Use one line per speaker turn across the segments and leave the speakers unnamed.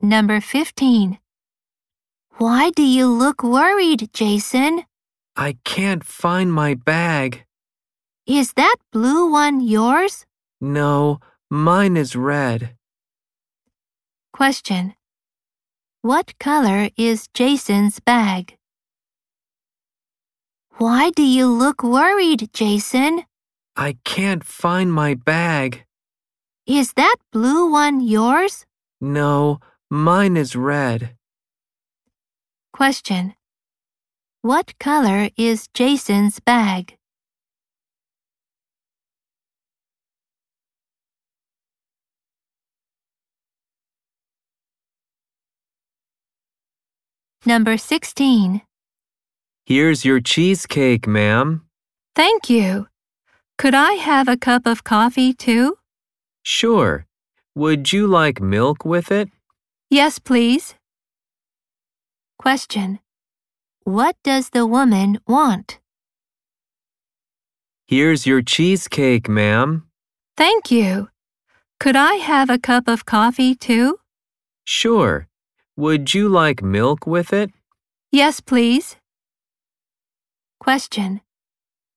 Number 15. Why do you look worried, Jason?
I can't find my bag.
Is that blue one yours?
No, mine is red.
Question. What color is Jason's bag? Why do you look worried, Jason?
I can't find my bag.
Is that blue one yours?
No, mine is red.
Question. What color is Jason's bag? Number 16.
Here's your cheesecake, ma'am.
Thank you. Could I have a cup of coffee too?
Sure. Would you like milk with it?
Yes, please. Question. What does the woman want?
Here's your cheesecake, ma'am.
Thank you. Could I have a cup of coffee too?
Sure. Would you like milk with it?
Yes, please. Question.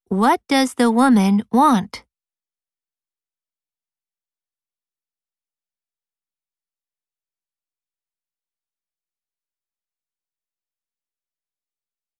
What does the woman want?